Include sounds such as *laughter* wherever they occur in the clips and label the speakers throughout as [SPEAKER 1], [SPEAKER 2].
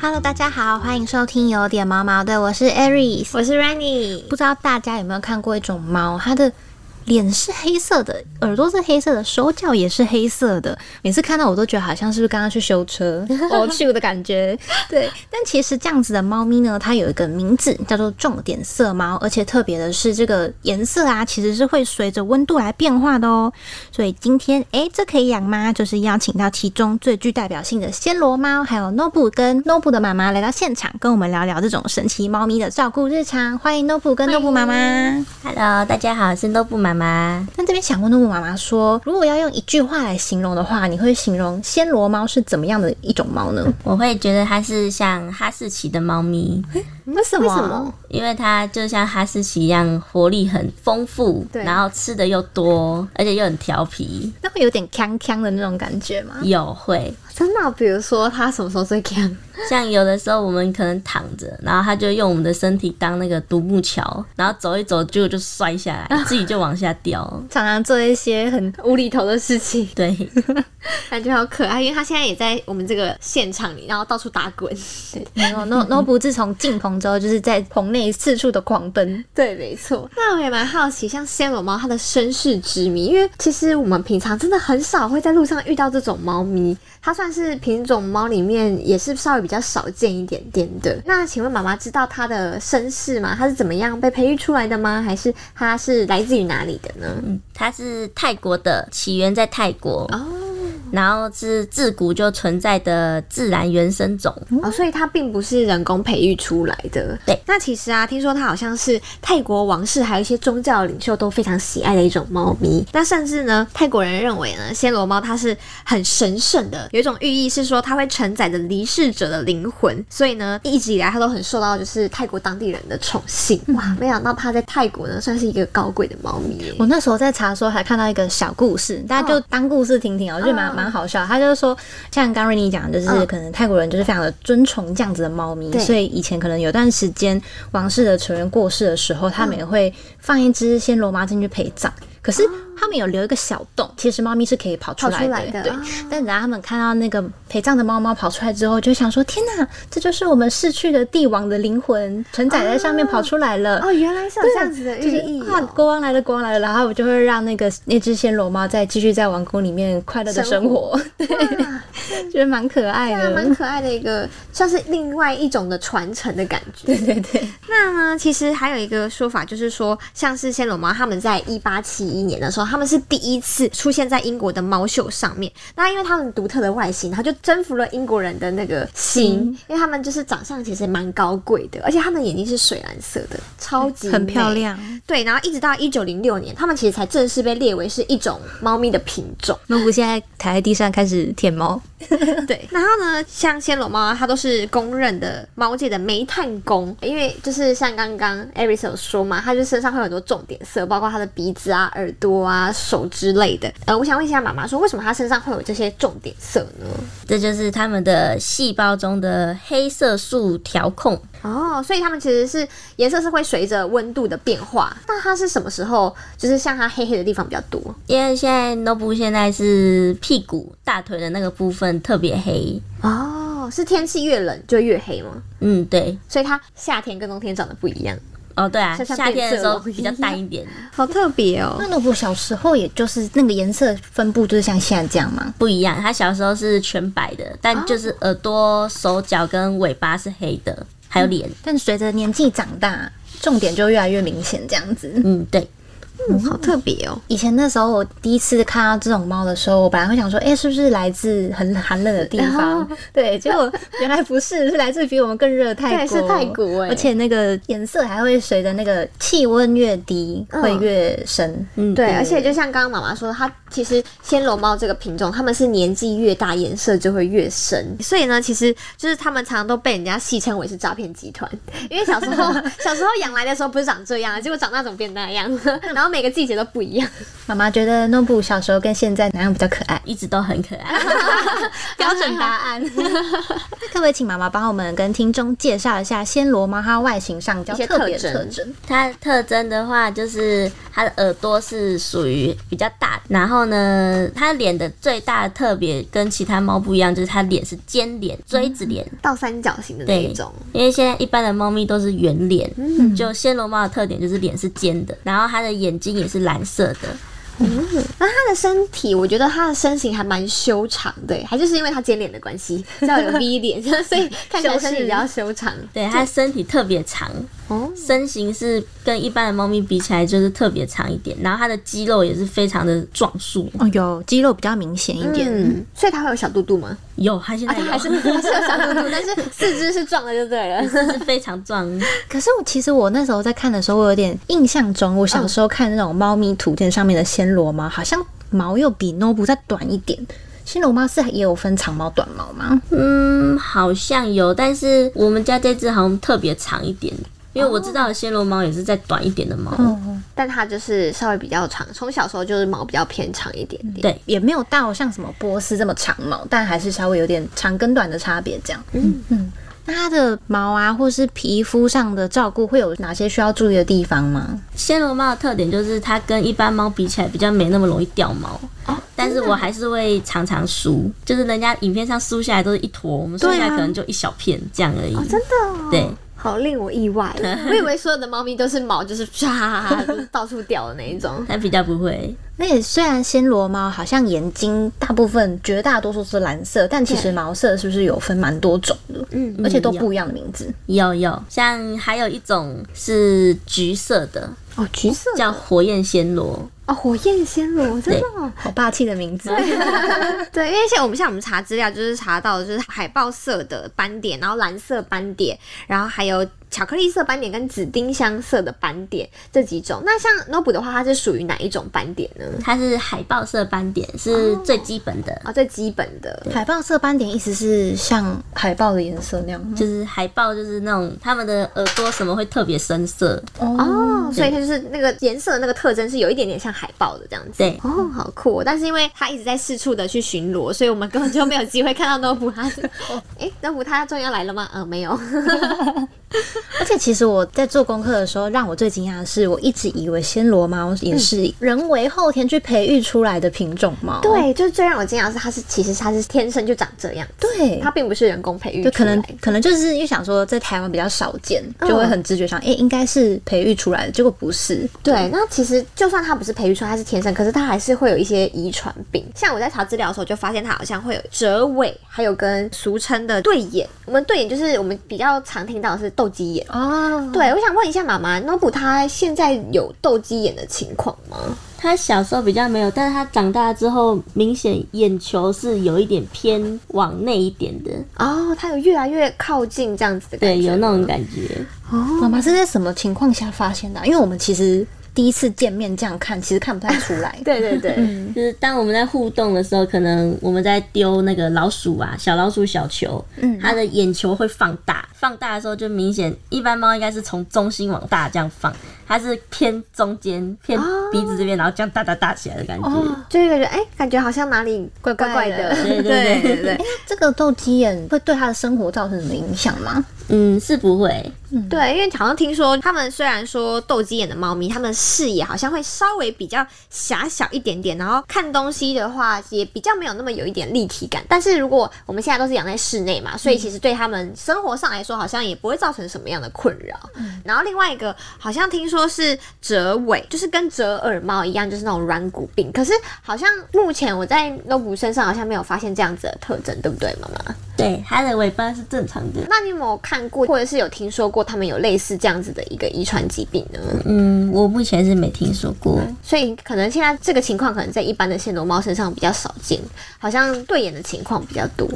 [SPEAKER 1] Hello，大家好，欢迎收听有点毛毛的，我是 Aries。
[SPEAKER 2] 我
[SPEAKER 3] *laughs*
[SPEAKER 2] 是 Rainy，
[SPEAKER 1] 不知道大家有没有看过一种猫，它的脸是黑色的，耳朵是黑色的，手脚也是黑色的。每次看到我都觉得好像是不是刚刚去修车我去的感觉。对，但其实这样子的猫咪呢，它有一个名字叫做重点色猫，而且特别的是，这个颜色啊，其实是会随着温度来变化的哦。所以今天，诶，这可以养吗？就是邀请到其中最具代表性的暹罗猫，还有 Nobu 跟 Nobu 的妈妈来到现场，跟我们聊聊这种神奇猫咪的照顾日常。欢迎 Nobu 跟 Nobu 妈妈。
[SPEAKER 2] ，Hello，大家好，我是 Nobu 妈妈。
[SPEAKER 1] 那这边想问诺布妈妈说，如果要用一句话来形容的话，你会形容暹罗猫是怎么样的一种猫呢？
[SPEAKER 2] 我会觉得它是像哈士奇的猫咪，
[SPEAKER 1] 嗯为什么？
[SPEAKER 2] 因为它就像哈士奇一样，活力很丰富，
[SPEAKER 1] 对
[SPEAKER 2] 然后吃的又多，而且又很调皮。
[SPEAKER 1] 那会有点锵锵的那种感觉吗？
[SPEAKER 2] 有会
[SPEAKER 1] 真
[SPEAKER 3] 啊
[SPEAKER 1] 的、比如说它什么时候最锵？
[SPEAKER 2] 像有的时候我们可能躺着，然后它就用我们的身体当那个独木桥，然后走一走，结果就摔下来，自己就往下掉。
[SPEAKER 1] 常常做一些很
[SPEAKER 3] *laughs* 无厘头的事情，
[SPEAKER 2] 对，
[SPEAKER 3] 感觉好可爱。因为他现在也在我们这个现场里，然后到处打滚。
[SPEAKER 1] 没有诺诺布自从进棚之后，就是在棚内四处的狂奔。
[SPEAKER 3] 对，没错。那我也蛮好奇，像暹罗猫它的身世之谜，因为其实我们平常真的很少会在路上遇到这种猫咪，它算是品种猫里面也是稍微比较少见一点点的。那请问妈妈知道它的身世吗？它是怎么样被培育出来的吗？还是它是来自于哪里的呢？
[SPEAKER 2] 它是泰国的，起源在泰国。
[SPEAKER 3] 哦
[SPEAKER 2] 然后是自古就存在的自然原生种，
[SPEAKER 3] 哦，所以它并不是人工培育出来的。
[SPEAKER 2] 对，
[SPEAKER 3] 那其实啊，听说它好像是泰国王室还有一些宗教领袖都非常喜爱的一种猫咪。那甚至呢，泰国人认为呢，暹罗猫它是很神圣的，有一种寓意是说它会承载着离世者的灵魂，所以呢，一直以来它都很受到就是泰国当地人的宠幸。
[SPEAKER 1] 嗯
[SPEAKER 3] 哇，没想到它在泰国呢算是一个高贵的猫咪耶。
[SPEAKER 1] 我那时候在查说，还看到一个小故事，大
[SPEAKER 3] 嗯
[SPEAKER 1] 家就当故事听听啊，我觉得蛮蛮好笑。他就是说，像刚瑞妮讲的，就是
[SPEAKER 3] 嗯
[SPEAKER 1] 可能泰国人就是非常的尊崇这样子的猫咪，
[SPEAKER 3] 对
[SPEAKER 1] 所以以前可能有段时间王室的成员过世的时候，他
[SPEAKER 3] 嗯
[SPEAKER 1] 们也会放一只暹罗猫进去陪葬。可是他们有留一个小洞，其实猫咪是可以跑出来
[SPEAKER 3] 哦跑
[SPEAKER 1] 的，
[SPEAKER 3] 出来的
[SPEAKER 1] 对
[SPEAKER 3] 哦。
[SPEAKER 1] 但然后他们看到那个陪葬的猫猫跑出来之后，就想说：天哪，这就是我们逝去的帝王的灵魂承载在上面跑出来了。
[SPEAKER 3] 哦，原来是有
[SPEAKER 1] 对
[SPEAKER 3] 这样子的
[SPEAKER 1] 就
[SPEAKER 3] 寓
[SPEAKER 1] 是
[SPEAKER 3] 意、
[SPEAKER 1] 啊，
[SPEAKER 3] 哦。
[SPEAKER 1] 国王来了，国王来了，然后我就会让那个那只暹罗猫再继续在王宫里面快乐的生活，对， *laughs* 觉得蛮可爱
[SPEAKER 3] 对啊，蛮
[SPEAKER 1] 的。
[SPEAKER 3] 可爱的一个，像是另外一种的传承的感觉。对对对。那呢，其实还有一个说法，就是说，像是暹罗猫，他们在一八七一年的时候，他们是第一次出现在英国的猫秀上面。那因为他们独特的外形，它就征服了英国人的那个心，因为他们就是长相其实蛮高贵的，而且他们眼睛是水蓝色的，超级
[SPEAKER 1] 很漂
[SPEAKER 3] 美。
[SPEAKER 1] 亮，
[SPEAKER 3] 对，然后一直到一九零六年，他们其实才正式被列为是一种猫咪的品种。
[SPEAKER 1] 那我现在躺在地上开始舔猫，
[SPEAKER 3] 对，然后呢，像暹罗猫啊，它都是公认的猫界的煤炭工，因为就是像刚刚 e r i s 有说嘛，它就身上会有很多重点色，包括它的鼻子啊、耳朵啊、手之类的。呃，我想问一下妈妈说，为什么它身上会有这些重点色呢？
[SPEAKER 2] 这就是它们的细胞中的黑色素调控。
[SPEAKER 3] 哦，所以它们其实是颜色是会随着温度的变化。那它是什么时候就是像它黑黑的地方比较多？
[SPEAKER 2] 因为现在 Nobu 现在是屁股、大腿的那个部分特别黑。
[SPEAKER 3] 哦，是天气越冷就越黑吗？
[SPEAKER 2] 嗯，对，
[SPEAKER 3] 所以它夏天跟冬天长得不一样，
[SPEAKER 2] 哦对啊，
[SPEAKER 3] 像像
[SPEAKER 2] 夏天的时候
[SPEAKER 3] 变色龙
[SPEAKER 2] 比较淡一点，
[SPEAKER 3] 好特别哦
[SPEAKER 1] 那。如果小时候也就是那个颜色分布就是像现在这样吗？
[SPEAKER 2] 不一样。它小时候是全白的，但
[SPEAKER 3] 哦
[SPEAKER 2] 就是耳朵、手脚跟尾巴是黑的，还有脸。
[SPEAKER 1] 但随着年纪长大，重点就越来越明显，这样子。
[SPEAKER 2] 嗯，对，
[SPEAKER 3] 嗯，好特别哦。
[SPEAKER 1] 以前那时候我第一次看到这种猫的时候，我本来会想说，哎、是不是来自很寒冷
[SPEAKER 3] *laughs*
[SPEAKER 1] 的地方？对，结果原来不是，是来自比我们更热的泰国。
[SPEAKER 3] 对是泰国哎
[SPEAKER 1] 而且那个颜色还会随着那个气温越低、
[SPEAKER 3] 嗯
[SPEAKER 1] 会越深。
[SPEAKER 2] 嗯，
[SPEAKER 3] 对，而且就像刚刚妈妈说的，它其实暹罗猫这个品种，它们是年纪越大颜色就会越深，所以呢，其实就是它们常常都被人家戏称为是 *laughs* *laughs* 诈骗集团，因为小时候小时候养来的时候不是长这样，结果长大怎么变那样？然后每个季节都不一样，
[SPEAKER 1] 妈妈觉得诺布小时候跟现在哪样比较
[SPEAKER 3] *laughs*
[SPEAKER 1] 可爱？
[SPEAKER 2] 一直都很可爱。
[SPEAKER 1] 标准答案。那可不可以请妈妈帮我们跟听众介绍一下暹罗猫它外形上比较
[SPEAKER 3] 一些
[SPEAKER 1] 特别
[SPEAKER 3] 特
[SPEAKER 1] 的
[SPEAKER 3] 征
[SPEAKER 1] 特征？
[SPEAKER 2] 它的特征的话，就是它的耳朵是属于比较大，然后呢，它脸的最大的特别跟其他猫不一样，就是它脸是尖脸、锥子脸。
[SPEAKER 3] 倒三角形的那
[SPEAKER 2] 对
[SPEAKER 3] 嗯一种。
[SPEAKER 2] 因为现在一般的猫咪都是圆脸，
[SPEAKER 3] 嗯
[SPEAKER 2] 就暹罗猫的特点就是脸是尖的，然后它的眼睛也是蓝色的。
[SPEAKER 3] 那它的身体，我觉得它的身形还蛮修长的，欸还就是因为它尖脸的关 *laughs* 系，要有 V 脸，所以看起来身体比较修长。
[SPEAKER 2] 对，它身体特别长，
[SPEAKER 3] 哦，
[SPEAKER 2] 身形是跟一般的猫咪比起来就是特别长一点，然后它的肌肉也是非常的壮硕。
[SPEAKER 1] 哦，有肌肉比较明显一点。
[SPEAKER 3] 嗯，所以它会有小肚肚吗？
[SPEAKER 2] 有，它现
[SPEAKER 3] 啊，
[SPEAKER 2] 在
[SPEAKER 3] 它
[SPEAKER 2] 有，
[SPEAKER 3] 还是还是有小肚肚，但是四肢是壮的就对了。
[SPEAKER 2] 是非常壮。
[SPEAKER 1] 可是我其实我那时候在看的时候，我有点印象中，我小时候看那种猫咪图鉴上面的暹罗猫，好像毛又比 Nobu 再短一点。暹罗猫是也有分长毛、短毛吗？
[SPEAKER 2] 嗯，好像有，但是我们家这只好像特别长一点，因为我知道的暹罗猫也是再短一点的猫。
[SPEAKER 3] *laughs* 哦但它就是稍微比较长，从小时候就是毛比较偏长一点点。
[SPEAKER 2] 对，
[SPEAKER 1] 也没有到像什么波斯这么长毛，但还是稍微有点长跟短的差别这样。嗯嗯，那它的毛啊，或是皮肤上的照顾，会有哪些需要注意的地方吗？
[SPEAKER 2] 暹罗猫的特点就是它跟一般猫比起来比较没那么容易掉毛。
[SPEAKER 3] 哦
[SPEAKER 2] 但是我还是会常常梳，就是人家影片上梳下来都是一坨，我们梳下来可能就一小片这样而已。
[SPEAKER 3] 真的、啊哦，
[SPEAKER 2] 对，
[SPEAKER 3] 好令我意外。哦 *laughs* 我以为所有的猫咪都是毛，就是唰，就是到处掉的那一种。
[SPEAKER 2] 它比较不会。
[SPEAKER 1] 而且虽然暹罗猫好像眼睛大部分绝大多数是蓝色，但其实
[SPEAKER 3] 对
[SPEAKER 1] 毛色是不是有分蛮多种的？
[SPEAKER 3] 嗯，
[SPEAKER 1] 而且都不一样的名字。
[SPEAKER 2] 有有，像还有一种是橘色的，
[SPEAKER 3] *laughs* 哦，橘色
[SPEAKER 2] 叫火焰暹罗。
[SPEAKER 3] 哦，火焰暹罗，真的、哦。
[SPEAKER 1] 好霸气的名字，
[SPEAKER 3] 嗯对，因为像我们像我们查资料，就是查到的就是海豹色的斑点，然后蓝色斑点，然后还有巧克力色斑点跟紫丁香色的斑点这几种。那像 Nobu 的话，它是属于哪一种斑点呢？
[SPEAKER 2] 它是海豹色斑点，是最基本的。
[SPEAKER 3] 啊、最基本的
[SPEAKER 1] 海豹色斑点意思是像海豹的颜色那样吗？
[SPEAKER 2] 就是海豹，就是那种它们的耳朵什么会特别深色，
[SPEAKER 1] 哦，
[SPEAKER 3] 哦，所以它就是那个颜色的那个特征是有一点点像海豹的这样子。
[SPEAKER 2] 对
[SPEAKER 3] 哦，好酷、哦！但是因为它一直在四处的去巡逻，所以我们根本就没有机会看到 Nobu 它是。哎、n o b u 它终于要来了吗？呃，没有。
[SPEAKER 1] 而且其实我在做功课的时候，让我最惊讶的是，我一直以为暹罗猫也是人为后天去培育出来的品种猫，
[SPEAKER 3] 嗯对，就是最让我惊讶的是，它是其实它是天生就长这样，
[SPEAKER 1] 对
[SPEAKER 3] 它，并不是人工培育
[SPEAKER 1] 就
[SPEAKER 3] 出来，
[SPEAKER 1] 可能可能就是因为想说在台湾比较少见，
[SPEAKER 3] 嗯
[SPEAKER 1] 就会很直觉想，哎、应该是培育出来的，结果不是，
[SPEAKER 3] 对，那其实就算它不是培育出来，它是天生，可是它还是会有一些遗传病。像我在查资料的时候，就发现它好像会有折尾，还有跟俗称的对眼。我们对眼就是我们比较常听到的是斗鸡眼。
[SPEAKER 2] 嗯
[SPEAKER 1] 哦，
[SPEAKER 3] 对，我想问一下妈妈，Nobu 它现在有斗鸡眼的情况吗？
[SPEAKER 2] 它小时候比较没有，但是它长大之后，明显眼球是有一点偏往内一点的，
[SPEAKER 3] 哦，它有越来越靠近这样子的感觉
[SPEAKER 2] 对，
[SPEAKER 3] 吗，
[SPEAKER 2] 有那种感觉。
[SPEAKER 1] 妈妈是在什么情况下发现的啊、因为我们其实第一次见面这样看，其实看不太出
[SPEAKER 3] *laughs*，
[SPEAKER 1] 来
[SPEAKER 3] 对对对，
[SPEAKER 2] 就是当我们在互动的时候，可能我们在丢那个老鼠啊，小老鼠小球，嗯，它的眼球会放大，放大的时候就明显，一般猫应该是从中心往大这样放，它是偏中间，偏鼻子这边，然后这样大大大起来的感觉。
[SPEAKER 3] 就会感觉哎，感觉好像哪里怪怪
[SPEAKER 1] 怪
[SPEAKER 3] 的，
[SPEAKER 1] 的
[SPEAKER 3] 对
[SPEAKER 2] 对对对
[SPEAKER 3] 对对。
[SPEAKER 1] 哎这个斗鸡眼会对它的生活造成什么影响吗？
[SPEAKER 2] 嗯，是不会，
[SPEAKER 3] 对，因为好像听说他们虽然说斗鸡眼的猫咪，它们视野好像会稍微比较狭小一点点，然后看东西的话也比较没有那么有一点立体感。但是如果我们现在都是养在室内嘛，所以其实对他们生活上来说，好像也不会造成什么样的困扰。然后另外一个好像听说是折尾，就是跟折耳猫一样，就是那种软骨病。可是好像目前我在 Nobu 身上好像没有发现这样子的特征，对不对，妈妈？
[SPEAKER 2] 对，它的尾巴是正常的。
[SPEAKER 3] 那你有没有看过，或者是有听说过他们有类似这样子的一个遗传疾病呢？
[SPEAKER 2] 嗯，我目前是没听说过。
[SPEAKER 3] 所以可能现在这个情况可能在一般的暹罗猫身上比较少见，好像对眼的情况比较多。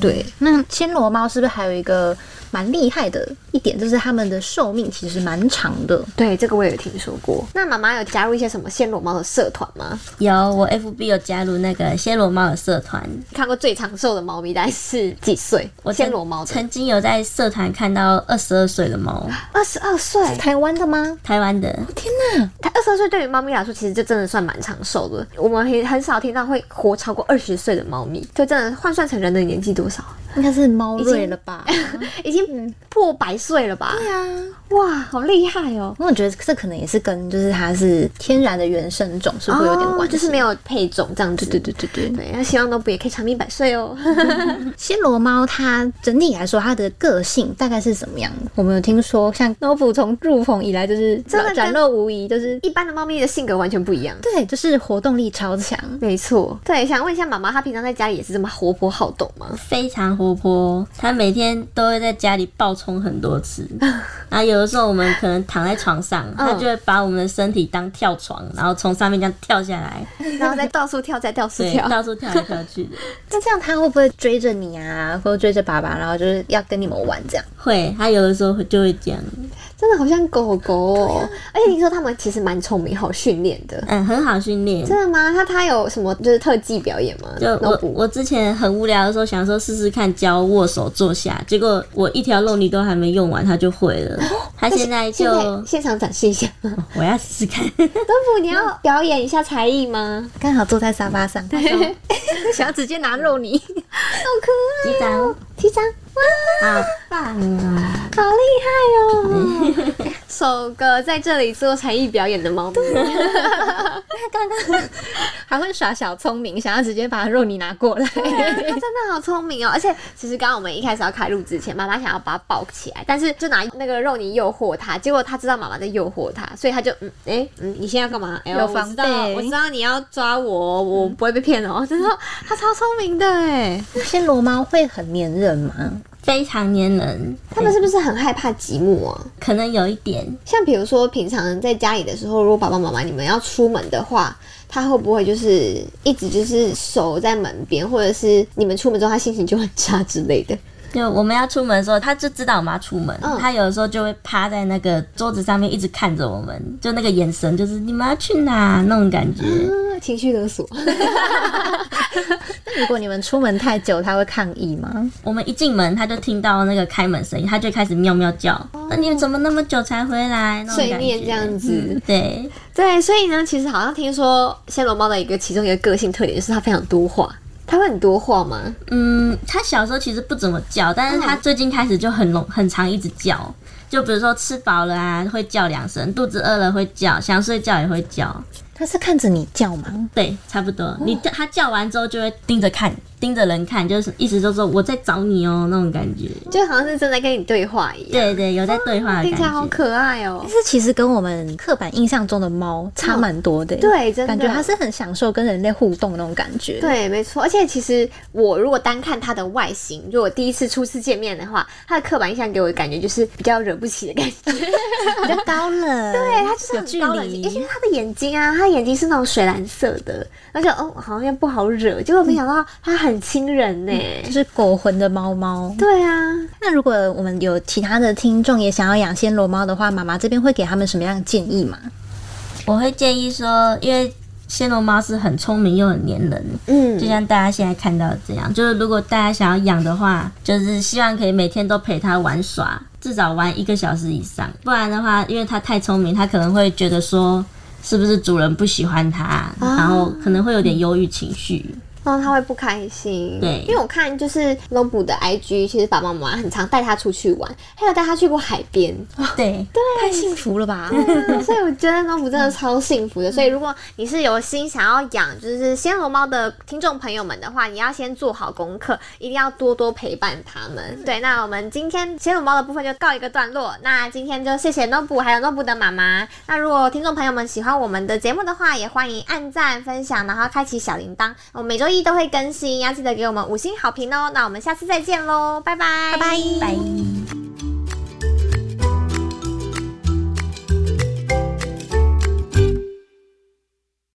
[SPEAKER 3] 对，
[SPEAKER 1] 那暹罗猫是不是还有一个蛮厉害的一点，就是它们的寿命其实蛮长的。
[SPEAKER 3] 对，这个我也有听说过。那妈妈有加入一些什么暹罗猫的社团吗？
[SPEAKER 2] 有，我 FB 有加入那个暹罗猫的社团，
[SPEAKER 3] 看过最长寿的猫咪大概是几岁？
[SPEAKER 2] 我曾
[SPEAKER 3] 暹罗猫的，
[SPEAKER 2] 曾经有在社团看到二十二岁的猫，
[SPEAKER 3] 二十二岁。
[SPEAKER 1] 台湾的吗？
[SPEAKER 2] 台湾的，
[SPEAKER 1] 天哪！
[SPEAKER 3] 它二十二岁对于猫咪来说，其实就真的算蛮长寿的。我们很很少听到会活超过二十岁的猫咪，就真的换算成人的年纪多少？
[SPEAKER 1] 应该是猫瑞了吧？ *laughs*
[SPEAKER 3] *laughs* 已经破百岁了吧？
[SPEAKER 1] 对啊，
[SPEAKER 3] 哇，好厉害哦！
[SPEAKER 1] 我觉得这可能也是跟就是它是天然的原生种是会有点关
[SPEAKER 3] 哦
[SPEAKER 1] 系，
[SPEAKER 3] 就是没嗯有配种这样子。
[SPEAKER 1] 对对对对对。
[SPEAKER 3] 对，那希望都不也可以长命百岁哦。
[SPEAKER 1] 暹罗猫它整体来说它的个性大概是怎么样？我们有听说像 Nobu 从入棚以来就是
[SPEAKER 3] *laughs* 真的
[SPEAKER 1] 展
[SPEAKER 3] 跟
[SPEAKER 1] 展露无遗，就是
[SPEAKER 3] 一般的猫咪的性格完全不一样。
[SPEAKER 1] 对，就是活动力超强。
[SPEAKER 3] 没错，对，想问一下妈妈，她平常在家里也是这么活泼好动 *laughs* 吗？
[SPEAKER 2] 非常活泼，它每天都会在家里暴冲很多次。然后有的时候我们可能躺在床上，它就会把我们的身体当跳床，然后从上面这样跳下来，
[SPEAKER 3] 然后再到处跳，再到处
[SPEAKER 2] 对，
[SPEAKER 3] 跳。
[SPEAKER 2] 到处跳来跳去的。
[SPEAKER 1] 那这样它会不会追着你啊，或者追着爸爸，然后就是要跟你们玩这样？
[SPEAKER 2] 会，它有的时候会就会这样，
[SPEAKER 3] *laughs* 真的好像狗狗、哦，而且听说它们其实蛮聪明，好训练的。
[SPEAKER 2] 嗯，很好训练。
[SPEAKER 3] 真的吗？那它有什么就是特技表演吗？
[SPEAKER 2] 就我我之前很无聊的时候，想说试试看教握手坐下，结果我一条肉泥都还没用完，它就会了。它现在
[SPEAKER 3] 哦现
[SPEAKER 2] 就哦
[SPEAKER 3] 在现场展示一下。 *laughs* 登
[SPEAKER 2] 我要试试看，
[SPEAKER 3] 普，你要表演一下才艺吗？
[SPEAKER 1] 刚好坐在沙发 *laughs* 上，他说想要直接拿肉
[SPEAKER 3] *laughs*
[SPEAKER 1] 泥。
[SPEAKER 3] 好可
[SPEAKER 2] 击掌，
[SPEAKER 3] 爱，踢掌，哇，
[SPEAKER 2] 好棒啊！
[SPEAKER 3] 好厉害哦！ *laughs* 首个在这里做才艺表演的猫咪，
[SPEAKER 1] 刚刚还会耍小聪明，想要直接把肉泥拿 *laughs* 过来。
[SPEAKER 3] 它真的好聪明哦！而且其实刚刚我们一开始要开录之前，妈妈想要把它抱起来，但是就拿那个肉泥诱惑它，结果它知道妈妈在诱惑它，所以它就嗯哎、嗯，你现在要干 *laughs* 嘛？哎呦
[SPEAKER 1] 有
[SPEAKER 3] 我
[SPEAKER 1] 防
[SPEAKER 3] 知道
[SPEAKER 1] 备
[SPEAKER 3] 我知道你要抓我，我不会被骗 *laughs* 哦。真的，它超聪明的哎！
[SPEAKER 1] 暹罗猫会很粘人吗？
[SPEAKER 2] 非常粘人，
[SPEAKER 3] 他们是不是很害怕寂寞啊？
[SPEAKER 2] 可能有一点，
[SPEAKER 3] 像比如说平常在家里的时候，如果爸爸妈妈你们要出门的话，他会不会就是一直就是守在门边，或者是你们出门之后他心情就很差之类的？
[SPEAKER 2] 就我们要出门的时候，他就知道我们要出门，
[SPEAKER 3] 嗯
[SPEAKER 2] 他有的时候就会趴在那个桌子上面一直看着我们，就那个眼神就是你们要去哪那种感觉。
[SPEAKER 3] 嗯，情绪勒索。
[SPEAKER 1] 那如果你们出门太久，它会抗议吗？
[SPEAKER 2] 我们一进门，他就听到那个开门声音，他就开始喵喵叫，那、你怎么那么久才回来？那种
[SPEAKER 3] 睡
[SPEAKER 2] 感
[SPEAKER 3] 哦念
[SPEAKER 2] 觉
[SPEAKER 3] 这样子
[SPEAKER 2] 嗯对，
[SPEAKER 3] 对，所以呢，其实好像听说暹罗猫的一个其中一个个性特点就是它非常多话。它会很多话吗？
[SPEAKER 2] 嗯，他小时候其实不怎么叫，但是他最近开始就很容很常一直叫。就比如说吃饱了啊，会叫两声；肚子饿了会叫，想睡觉也会叫。
[SPEAKER 1] 它是看着你叫吗？
[SPEAKER 2] 对，差不
[SPEAKER 3] 哦
[SPEAKER 2] 多。你他叫完之后就会盯着看，盯着人看，就是意思就是说我在找你哦、那种感觉。
[SPEAKER 3] 就好像是正在跟你对话一样，
[SPEAKER 2] 对对，有在对话的
[SPEAKER 3] 听
[SPEAKER 2] 感
[SPEAKER 3] 起来好
[SPEAKER 2] 觉。
[SPEAKER 3] 可爱哦、
[SPEAKER 1] 但是其实跟我们刻板印象中的猫差蛮多的、
[SPEAKER 3] 对真的
[SPEAKER 1] 感觉它是很享受跟人类互动的那种感觉。，
[SPEAKER 3] 对，没错。而且其实我如果单看它的外形，如果第一次初次见面的话，它的刻板印象给我的感觉就是比较惹不起的感觉。
[SPEAKER 1] 比较高冷。
[SPEAKER 3] *laughs* 对，它就是
[SPEAKER 1] 有距
[SPEAKER 3] 很高冷型，尤其
[SPEAKER 1] 离
[SPEAKER 3] 是。它的眼睛啊，它的眼睛是那种水蓝色的，而且哦，好像不好惹。结果没想到它很亲人呢、
[SPEAKER 1] 就是狗魂的猫猫。
[SPEAKER 3] 对啊，
[SPEAKER 1] 那如果我们有其他的听众也想要养暹罗猫的话，妈妈这边会给他们什么样的建议吗？
[SPEAKER 2] 我会建议说，因为暹罗猫是很聪明又很粘人，
[SPEAKER 3] 嗯
[SPEAKER 2] 就像大家现在看到的这样。就是如果大家想要养的话，就是希望可以每天都陪它玩耍，至少玩一个小时以上。不然的话，因为它太聪明，它可能会觉得说。是不是主人不喜欢它，然后可能会有点忧郁情绪。
[SPEAKER 3] 然后他会不开心。
[SPEAKER 2] 对
[SPEAKER 3] 因为我看就是 l o b 的 IG，其实爸爸妈妈很常带他出去玩，还有带他去过海边，
[SPEAKER 2] 对，
[SPEAKER 1] 太幸福了吧！
[SPEAKER 3] *laughs* 所以我觉得 l o 真的超幸福的。所以如果你是有心想要养就是暹罗猫的听众朋友们的话，你要先做好功课，一定要多多陪伴他们。对，那我们今天暹罗猫的部分就告一个段落。那今天就谢谢 l o 还有 l o 的妈妈。那如果听众朋友们喜欢我们的节目的话，也欢迎按赞、分享，然后开启小铃铛。我们每周一都会更新，要记得给我们五星好评哦。那我们下次再见喽，拜拜，拜拜，
[SPEAKER 2] 拜。